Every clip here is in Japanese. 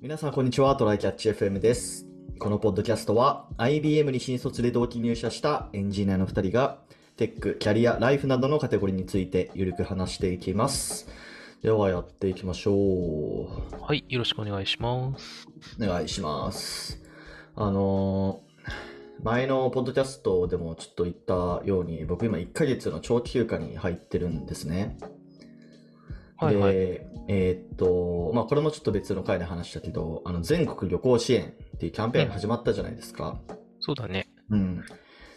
皆さん、こんにちは。トライキャッチ FM です。このポッドキャストは、IBM に新卒で同期入社したエンジニアの2人が、テック、キャリア、ライフなどのカテゴリーについて、ゆるく話していきます。では、やっていきましょう。おはい、よろしくお願いします。願いします。あのー前のポッドキャストでもちょっと言ったように、僕今1ヶ月の長期休暇に入ってるんですね。はいはい。で、えーっと、まあ、これもちょっと別の回で話したけど、あの、全国旅行支援っていうキャンペーンが始まったじゃないですか。そうだね。うん。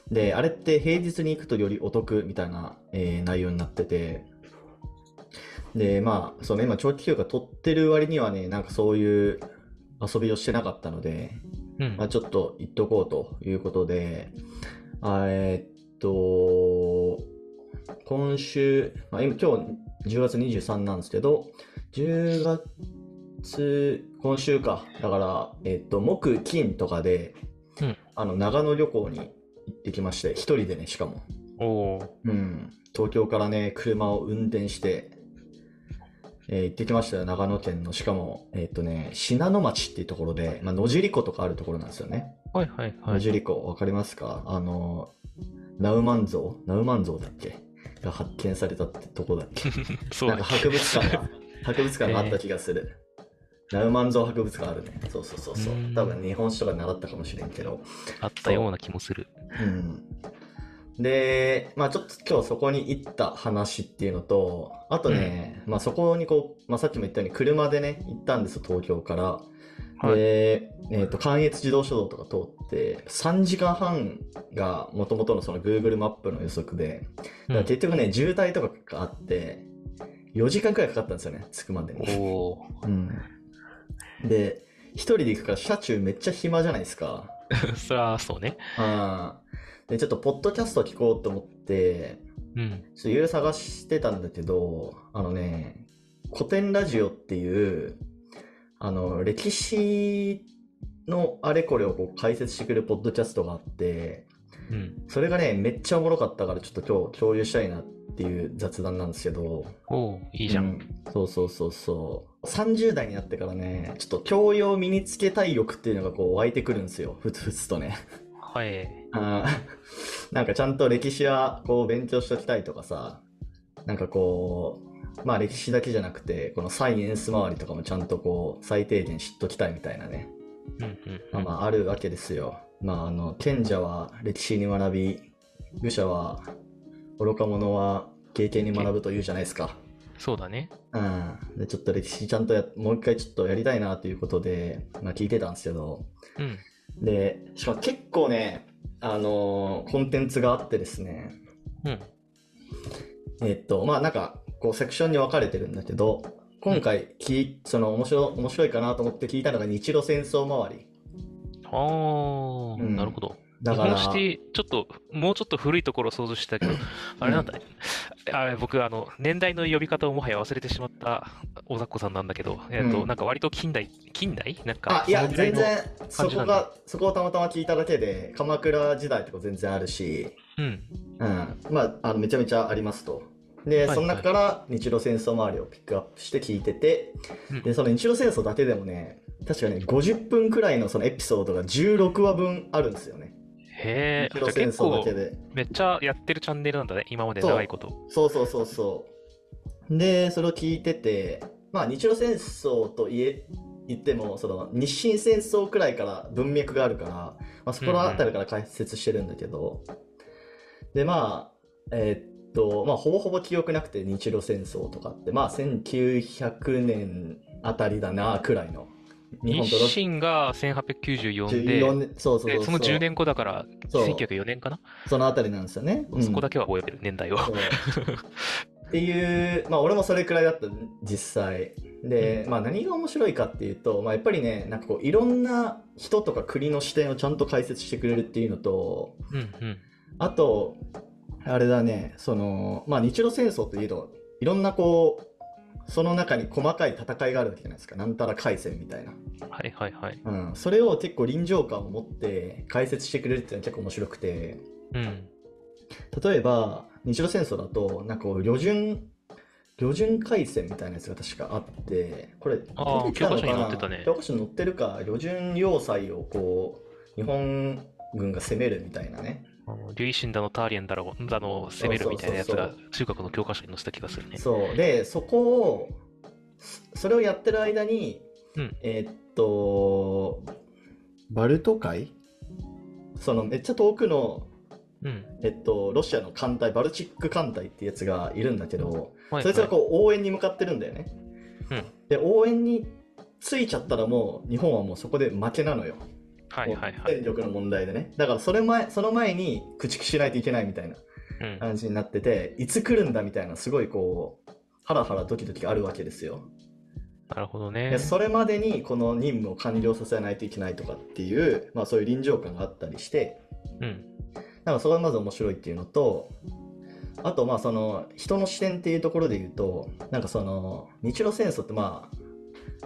で、あれって平日に行くとよりお得みたいな、えー内容になってて、で、まあ、その今長期休暇取ってる割にはね、なんかそういう遊びをしてなかったので、うんまあ、。ちょっと行っとこうということで、あえーっと、今週、まあ、今今日10月23なんですけど、10月、今週か、だから、えーっと、木、金とかで、うんあの長野旅行に行ってきまして、一人でね、しかも。おーうん、東京からね、車を運転して、えー行ってきましたよ、長野県の、しかも、えーっとね、信濃町っていうところで、まあ、野尻湖とかあるところなんですよね。はいはいは野い。尻湖、わかりますかあの、ナウマン像ナウマン像だっけが発見されたってとこだっけ そうなんだかね。博物館が、博物館があった気がする。ナウマン像博物館あるね。そうそうそうそうう。ん多分日本史とかで習ったかもしれんけど。 あったような気もする。うん。で、まあちょっと今日そこに行った話っていうのと、あとね、まあそこにこう、まあさっきも言ったように車でね、行ったんですよ、東京から。はい。で、えー、と関越自動車道とか通って3時間半がもともとのその Google マップの予測でだうかんら結局ね渋滞とかがあって4時間くらいかかったんですよね着くまでに、おー うん、で1人で行くから車中めっちゃ暇じゃないですかそりゃそうね。あーでちょっとポッドキャスト聞こうと思ってうん。ちょっといろいろ探してたんだけど、あのね、古典ラジオっていう、あの、歴史のあれこれをこう解説してくれるポッドキャストがあって、うん。それがね、めっちゃおもろかったから、ちょっと今日共有したいなっていう雑談なんですけど、おーいいじゃ。うんんそうそうそうそう。30代になってからね、ちょっと教養を身につけたい欲っていうのがこう湧いてくるんですよ、ふつふつとね。はい。あー なんかちゃんと歴史はこう勉強しておきたいとかさ、なんかこう、まあ歴史だけじゃなくて、このサイエンス周りとかもちゃんとこう最低限知っときたいみたいなね、うんうんうまあん。まああるわけですよ。まああの、賢者は歴史に学び、愚者は、愚か者は経験に学ぶというじゃないですか。そうだね。うん。で、ちょっと歴史ちゃんとや、もう一回ちょっとやりたいなということで、まあ聞いてたんですけど、うん。で、しかも結構ね、あのーコンテンツがあってですね、うん。えっと、まあなんか、こうセクションに分かれてるんだけど、今回き、その面白、面白いかなと思って聞いたのが日露戦争周り。あうんー、なるほど。だ日から、本史ってちょっと、もうちょっと古いところを想像してたけど、あれなんだね。あれ、僕、あの、年代の呼び方をもはや忘れてしまったおざっこさんなんだけど、えっうと、んなんか割と近代、近代なんかあ、、いや、そのぐら全の。然、そ感じこなんだが、そこをたまたま聞いただけで、鎌倉時代とか全然あるし、うん。うん、まあ、あのめちゃめちゃありますと。で、はいその中から日露戦争周りをピックアップして聞いてて、うんで、その日露戦争だけでもね、確かね、50分くらいのそのエピソードが16話分あるんですよね。へえ、日露じゃあ戦結争だ構けで。めっちゃやってるチャンネルなんだね、今まで長いこと。そうそうそうそう。で、それを聞いてて、まあ、日露戦争と言え、言っても、その日清戦争くらいから文脈があるから、まあ、そこら辺りから解説してるんだけど、で、まあ、えーっと、まあ、ほぼほぼ記憶なくて、日露戦争とかって、まあ、1900年あたりだな、くらいの。日本とロ日シア清が1894で、 14年そうそうそうでその10年後だから、そう1904年かな、そのあたりなんですよね。うんそこだけは覚えてる、年代を。そうっていう、まあ俺もそれくらいだった、実際。で、まあ何が面白いかっていうと、まあやっぱりね、なんかこういろんな人とか国の視点をちゃんと解説してくれるっていうのと、うんうん。あと、あれだね、その、まあ日露戦争といえど、いろんなこう、その中に細かい戦いがあるわけじゃないですか。なんたら海戦みたいな。はいはいはい。うん。それを結構臨場感を持って解説してくれるっていうのは結構面白くて。うん。例えば日露戦争だとなんかこう旅順旅順回線みたいなやつが確かあって、これ、あー出てたのかな教科書に載ってたね教科書に載ってるか、旅順要塞をこう、日本軍が攻めるみたいなね。あのリュイシンだのターリエンだろだの攻めるみたいなやつそうそうがそう中学の教科書に載せた気がするね。そう。で、そこを、そそれをやってる間に、うんえーっと、バルト海そのめっちゃ遠くの、うん。えっと、ロシアの艦隊、バルチック艦隊ってやつがいるんだけど、はいそいつがこう応援に向かってるんだよね。うんで、応援についちゃったらもう、日本はもうそこで負けなのよ。はいはいはい。戦力の問題でねだからそれ前その前に駆逐しないといけないみたいなうん感じになってていつ来るんだみたいなすごいこうハラハラドキドキあるわけですよ、なるほどでね。それまでにこの任務を完了させないといけないとかっていう、まあ、そういう臨場感があったりしてうん。なんかそれがまず面白いっていうのとあとまあその人の視点っていうところで言うとなんかその日露戦争ってまあ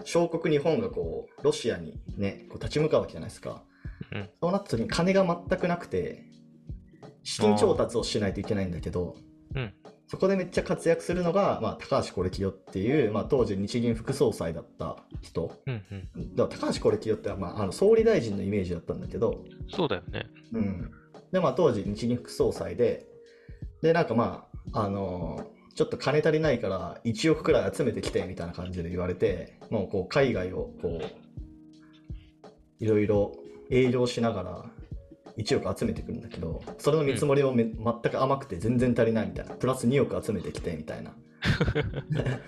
小国日本がこうロシアにねこう立ち向かうわけじゃないですか、うんそうなった時に金が全くなくて資金調達をしないといけないんだけどうんそこでめっちゃ活躍するのが、まあ、高橋コレキヨっていう、まあ、当時日銀副総裁だった人うんうん。だから高橋コレキヨって、まあ、あの総理大臣のイメージだったんだけどそうだよね。うん、でまあ当時日銀副総裁ででなんかまああのーちょっと金足りないから1億くらい集めてきてみたいな感じで言われてもうこう海外をこういろいろ営業しながら1億集めてくるんだけどそれの見積もりをめ、全く甘くて全然足りないみたいなプラス2億集めてきてみたい な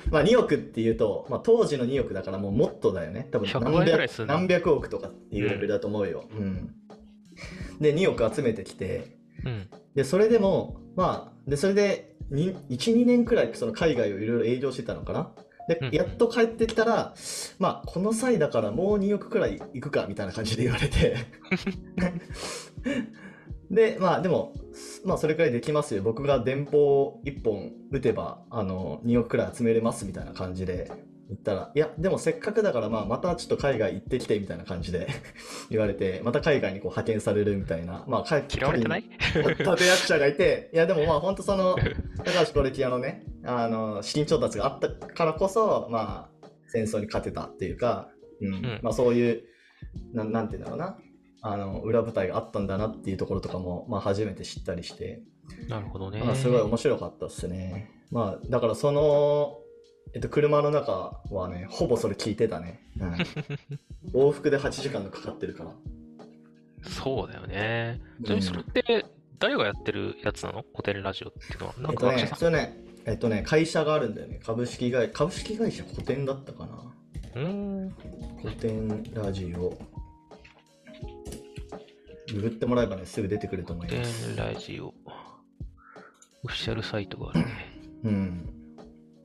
まあ2億っていうと、まあ、当時の2億だからもうもっとだよね多分100何倍ぐらいす百るな何百億とかっていうレベルだと思うよ、うん、で2億集めてきてうん。でそれでもまあでそれで12年くらいその海外をいろいろ営業してたのかなうんうんでやっと帰ってきたら、まあこの際だからもう2億くらい行くかみたいな感じで言われ てでまあでもまあそれくらいできますよ僕が電報1本打てばあの2億くらい集めれますみたいな感じで言ったらいやでもせっかくだからまあまたちょっと海外行ってきてみたいな感じで 言われてまた海外にこう派遣されるみたいなまあ帰って嫌われてない立役者がいて、いやでもまあ本当その高橋コレキアのね、あの資金調達があったからこそ、まあ戦争に勝てたっていうか、うんんまあそういうなん、なんていうんだろうな、あの裏舞台があったんだなっていうところとかも、まあ初めて知ったりして、なるほどね。まあすごい面白かったですね。まあだからその、えっと、車の中はね、ほぼそれ聞いてたね。うん、往復で8時間がかかってるから。そうだよね。ちなみにそれって誰がやってるやつなの古典ラジオっていうのは。なえんっかと学者ねさ、それね、えっとね、会社があるんだよね。株式会社、株式会社古典だったかな。ん。うーん。古典ラジオ。ググってもらえばね、すぐ出てくると思い古ま典す。ラジオ。オフィシャルサイトがあるね。うん。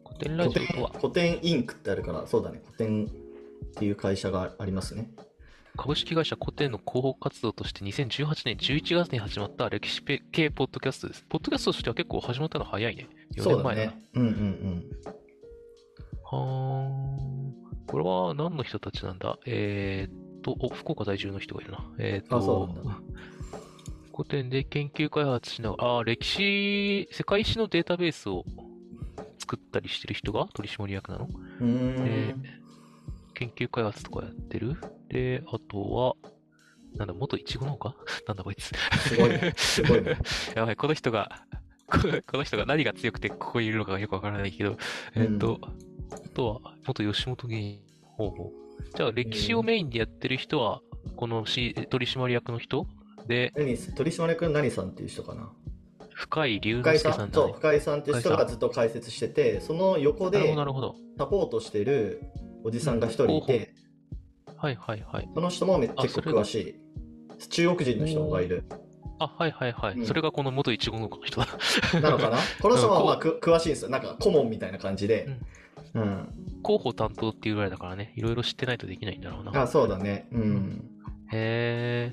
古典ラ古ジ典オとは、古典インクってあるから、そうだね、古典っていう会社がありますね。株式会社コテの広報活動として2018年11月に始まった歴史系ポッドキャストです。ポッドキャストとしては結構始まったの早いね。4そう年だ前だな。ね。うんうんうん。はーん。これは何の人たちなんだえーっと、お、福岡在住の人がいるな。えーっと、あそうなんだ古典で研究開発しながら、あー歴史、世界史のデータベースを作ったりしてる人が取締役なのうーん。研究開発とかやってる。で、あとは、なんだ、元いちご農家 なんだこいつ。すごいね。すごいね。やばい、この人が、ここの人が何が強くてここにいるのかがよくわからないけど、えっ、と、あとは、元吉本議員。ほうほうじゃあ、歴史をメインでやってる人は、このし取締役の人で、何取締役の何さんっていう人かな。深井龍深之井介ささんん、だそう、ね。深井さんっていう人がずっと解説してて、その横なるほでど、なるほど。サポートしてるおじさんが一人いて、はいはいはい。その人もめっちゃあ結そ構れが詳しい。中国人の人がいる。あ、はいはいはい。うんそれがこの元いちご農家の人だ。 なのか なこの人うはんまあく詳しいんですよ。なんか顧問みたいな感じで。うん。広報担当っていうぐらいだからね、いろいろ知ってないとできないんだろうな。あ、そうだね。うん。へえ。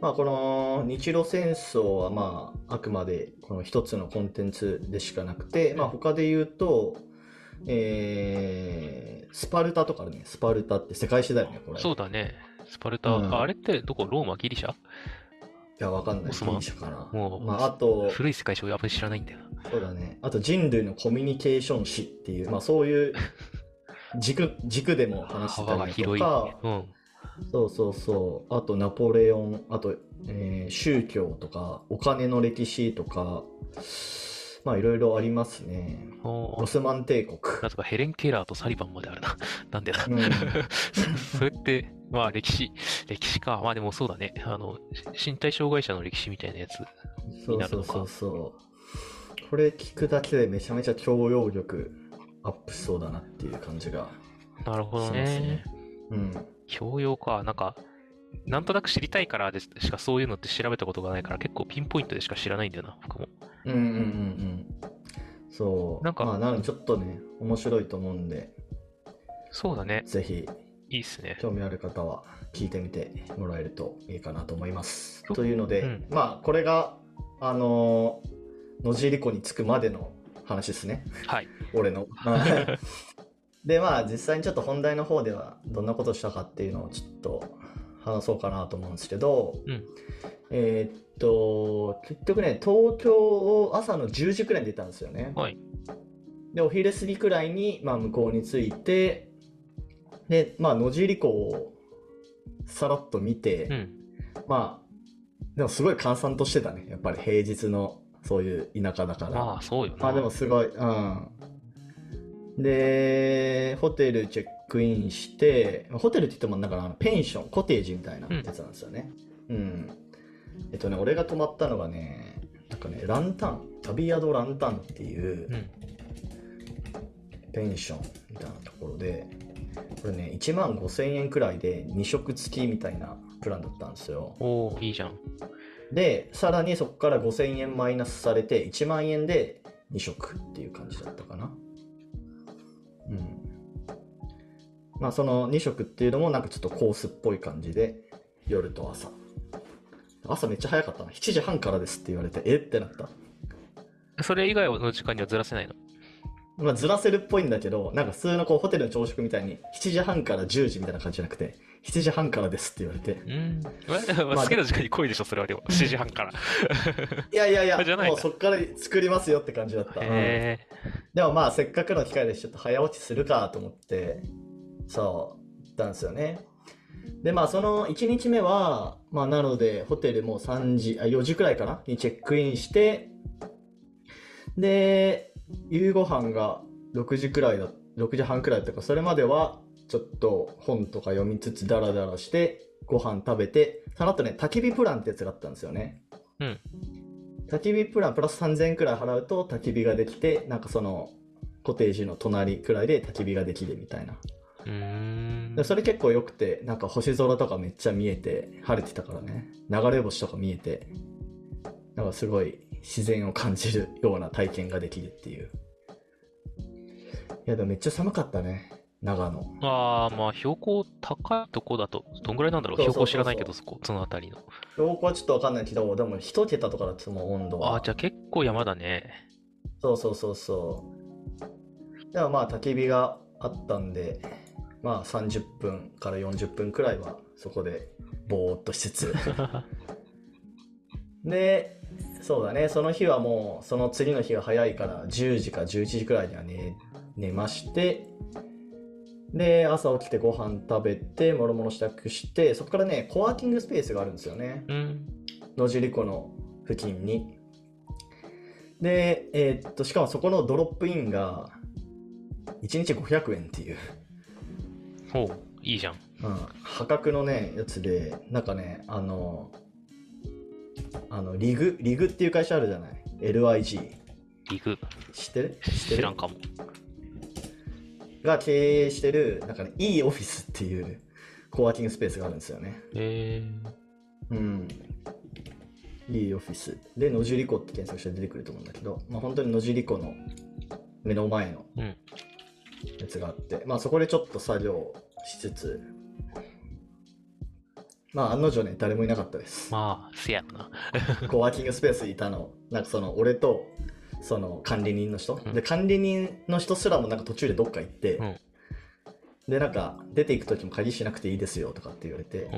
まあこの日露戦争はまああくまでこの一つのコンテンツでしかなくて、まあ他で言うと、えー、スパルタとかあるね。スパルタって世界史だよね、これ。そうだね。スパルタ、うんああれってどこローマ、ギリシャや、わかんない。オスマンギリシャかな。もうまあ、あと、古い世界史をあまり知らないんだよな。そうだね。あと、人類のコミュニケーション史っていう、まあ、そういう軸、軸でも話してた幅がりだと広い。か、うん。そうそうそう。あと、ナポレオン、あと、えー宗教とか、お金の歴史とか、まあ、いろいろありますね。おオスマン帝国。なとかヘレン・ケラーとサリバンまであるな。 なんでだ。うんそそれって、まあ歴史、歴史か。まあでもそうだね。あの、し身体障害者の歴史みたいなやつ。そうそうそうそう。これ聞くだけでめちゃめちゃ強要力アップしそうだなっていう感じがなるしほまどすねね。。うん。教養か。なんか、なんとなく知りたいからですしかそういうのって調べたことがないから結構ピンポイントでしか知らないんだよな、僕も。うんうんうんうん。そう。なんかまあ、なのでちょっとね、面白いと思うんで、そうだね。ぜひいいっすね。興味ある方は聞いてみてもらえるといいかなと思います。そうというので、うんまあこれがあのー野尻湖に着くまでの話ですねはい。 俺 の。はいでまあ実際にちょっと本題の方ではどんなことしたかっていうのをちょっと話そうかなと思うんですけど、うんえーっと結局ね東京を朝の10時くらいに出たんですよね。はい。でお昼過ぎくらいに、まあ、向こうに着いてで、まあ、野尻湖をさらっと見て、うん。まあでもすごい閑散としてたねやっぱり平日のそういう田舎だからまあそうよな。まあでもすごいうんでホテルチェックインしてホテルって言ってもなんかあのペンションコテージみたいなやつなんですよねうん、えっとね俺が泊まったのがねなんかねランタン旅宿ランタンっていう、うん。ペンションみたいなところでこれね1万5000円くらいで2食付きみたいなプランだったんですよおー、いいじゃん。でさらにそこから5000円マイナスされて1万円で2食っていう感じだったかなうんまあその2食っていうのもなんかちょっとコースっぽい感じで夜と朝朝めっちゃ早かったな7時半からですって言われてえってなったそれ以外の時間にはずらせないの。まあ、ずらせるっぽいんだけど、なんか普通のこうホテルの朝食みたいに、7時半から10時みたいな感じじゃなくて、7時半からですって言われて、うん。まあ、好きな時間に来いでしょ、それはでも。7時半から。いやいやい じゃや、ないもんだうそっから作りますよって感じだった。うんへでもまあ、せっかくの機会でちょっと早落ちするかと思って、そう、行ったんですよね。で、まあ、その1日目は、まあ、なので、ホテルも3時、あ、4時くらいかなにチェックインして、で、夕ご飯が6時くらいだ、6時半くらいとか、それまでは、ちょっと本とか読みつつ、ダラダラして、ご飯食べて、その後ね、焚き火プランってやつがあったんですよね。うん。焚き火プランプラス3000円くらい払うと、焚き火ができて、なんかその、コテージの隣くらいで焚き火ができるみたいな。え。うーでん。それ結構良くてなんか星空とかめっちゃ見えて晴れてたからね流れ星とか見えてなんかすごい自然を感じるような体験ができるっていういやでもめっちゃ寒かったね長野ああ、まあ、標高高いとこだと、どんぐらいなんだろう。そうそう標そうそう高知らないけど、そこ、そのあたりの。標高はちょっと分かんないけどでも一桁とかだともう温度はああ、じゃあ結構山だね。 そうそうそうそうでもまあ焚き火があったんでまあ30分から40分くらいはそこでぼーっとしつつでそうだねその日はもうその次の日が早いから10時か11時くらいには寝寝ましてで朝起きてご飯食べてもろもろ支度してそこからねコワーキングスペースがあるんですよねうん。野尻湖の付近にでえーっとしかもそこのドロップインが1日500円っていう、ほう、いいじゃん。うん、破格のねやつでなんかねあのあのリグリグっていう会社あるじゃない LIG 行く。知ってる知って知るらんかも。が経営してるなんか、ね、いいオフィスっていうコワーキングスペースがあるんですよねへうえ。んいいオフィスで野尻湖って検索したら出てくると思うんだけど、まあ、本当に野尻湖の目の前のうん。やつがあって、まあ、そこでちょっと作業しつつまあ案の定ね誰もいなかったですまあ、せやろな。 コワーキングスペースにいたのなんかその俺とその管理人の人、うんで管理人の人すらもなんか途中でどっか行って、うんでなんか出ていく時も鍵しなくていいですよとかって言われて、うん。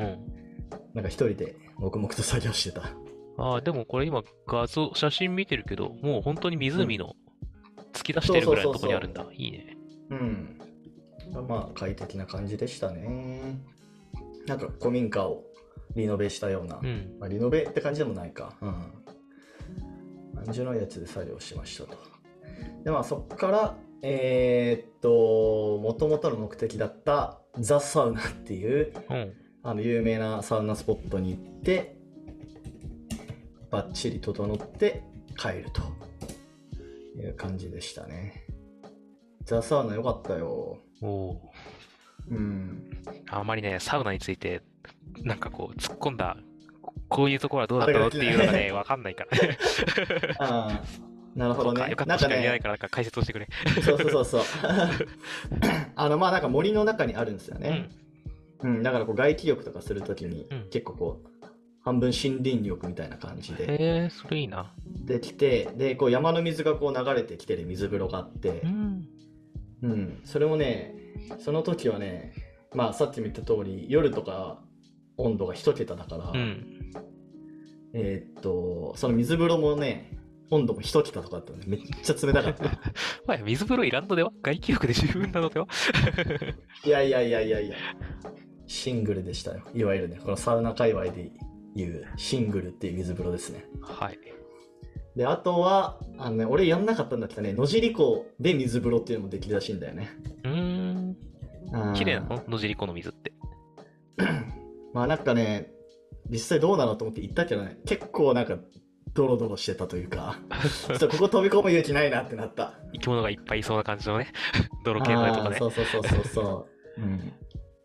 なんか一人で黙々と作業してたああ、でもこれ今画像、写真見てるけど、もう本当に湖の突き出してるぐらいのとこにあるんだ。いいね。うん。まあ快適な感じでしたね。なんか古民家をリノベしたような、うん。まあ、リノベって感じでもないか。うん。感じのやつで作業しましたと。で、まあそこから、えーっと、もともとの目的だったザ・サウナっていう、うん。あの有名なサウナスポットに行ってバッチリ整って帰るという感じでしたねザ・サウナ良かったよおおうんー。あまりね、サウナについて、なんかこう、突っ込んだ、ここういうところはどうだったのっていうのがあれができね、わかんな いからね。ああなるほそどうか、ねよかっなたんかしか言えないねから、なんか解説をしてくれ。そうそうそうそう あのまあなんか森の中にあるんですようねん。、うん、だからこう外気浴とかするときにうん結構こう半分森林浴みたいな感じでへえ、それいいな。できてでこう山の水がこう流れてきてる水風呂があって、うん。うん、それもね、その時はね、まあさっきも言った通り、夜とか温度が一桁だから、うん。えーっと、その水風呂もね、温度も一桁とかだったんで、めっちゃ冷たか った。まあ、水風呂いらんのでは外気浴で十分なのではいやいやいやいやいや、シングルでしたよ。いわゆるね、このサウナ界隈で言うシングルっていう水風呂ですね。はい。で、あとは、あのね、俺やんなかったんだけどね、野尻湖で水風呂っていうのもできるらしいんだよね。うーん。うん綺麗なの野尻湖の水って。まあなんかね、実際どうなのと思って行ったけどね、結構なんかドロドロしてたという か、ちょっとここ飛び込む勇気ないなってなった。生き物がいっぱいいそうな感じのね、 泥系のやつとかあーねそ。うそうそうそうそう。 うん。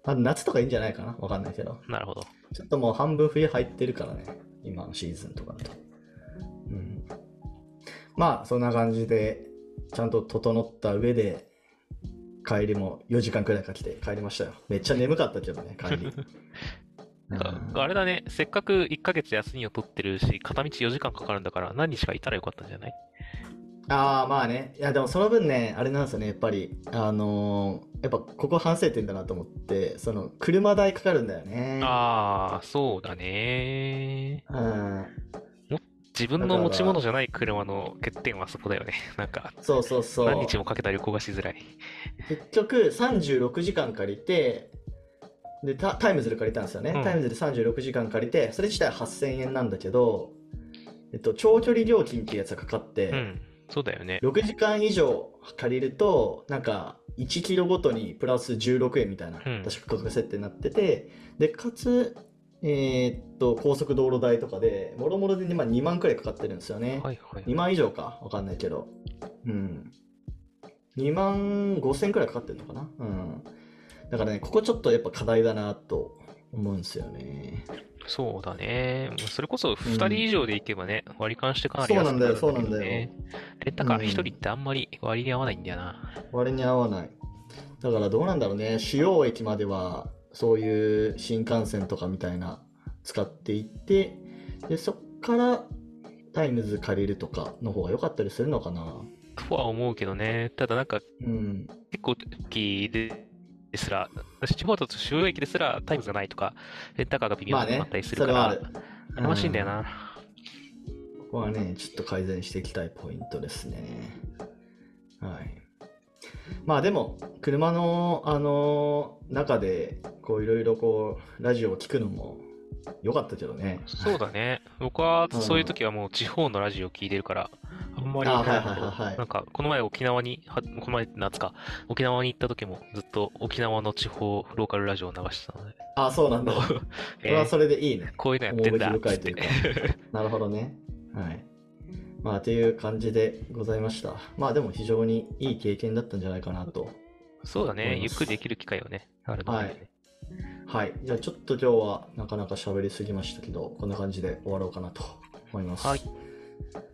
まあ、夏とかいいんじゃないかなわかんないけど。なるほど。ちょっともう半分冬入ってるからね、今のシーズンとかだと。うん。まあそんな感じで、ちゃんと整った上で、帰りも4時間くらいかけて帰りましたよ。めっちゃ眠かったけどね、 帰り。なんかうんあれだね、せっかく1ヶ月休みを取ってるし、片道4時間かかるんだから、何日かいたらよかったんじゃないああまあねいやでもその分ねあれなんですよねやっぱりあのーやっぱここ反省点だなと思ってその車代かかるんだよねああ、そうだね。うん自分の持ち物じゃない車の欠点はそこだよね。 なんか、そうそうそう何日もかけた旅行がしづらい。結局36時間借りてでタタイムズで借りたんですよね、うんタイムズで36時間借りてそれ自体8000円なんだけど、えっと、長距離料金っていうやつがかかって、うん、そうだよね。 6時間以上借りるとなんか1キロごとにプラス16円みたいなうん確か価格設定になってて、でかつ、えーっと高速道路代とかでもろもろで今2万くらいかかってるんですよね、はいはい。 2万以上かわかんないけどうん2万5千くらいかかってるのかなうんだからねここちょっとやっぱ課題だなと思うんですよねそうだね。それこそ2人以上で行けばね、割り勘してかなり安くそうなんだよくるけどね。レンタカーうん1人ってあんまり割に合わないんだよな。割に合わないだからどうなんだろうね主要駅まではそういう新幹線とかみたいな使っていってでそっからタイムズ借りるとかの方が良かったりするのかなとは思うけどね。ただなんかうん結構駅ですら、地方だと主要駅ですらタイムズがないとか、レンタカーが微妙まあになねったりするそかれはあらる、悩ましいんだような。ここはねちょっと改善していきたいポイントですねはいまあでも車のあの中でこういろいろこうラジオを聞くのも良かったけどねそうだね。僕はうんそういう時はもう地方のラジオを聞いてるから、あんまりあなはんいはいはいかはい、なんかこの前沖縄に、はこの前夏か、沖縄に行った時もずっと沖縄の地方ローカルラジオを流し てたので、あそうなんだそれはえーそれでいいねこういうのやって思んい出だっ深ついっというかて。なるほどねはいまあという感じでございましたまあでも非常にいい経験だったんじゃないかなと そうだ思ね。いゆまっすくりできる機会をね、あるのがいいよね。はいじゃあちょっと今日はなかなか喋りすぎましたけどこんな感じで終わろうかなと思いますはい。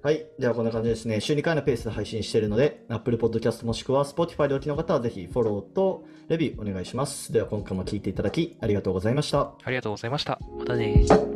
はい。ではこんな感じですね。週2回のペースで配信しているので、Apple Podcast もしくは Spotify でお聞きの方はぜひフォローとレビューお願いします。では今回も聞いていただきありがとうございました。ありがとうございました。またねー。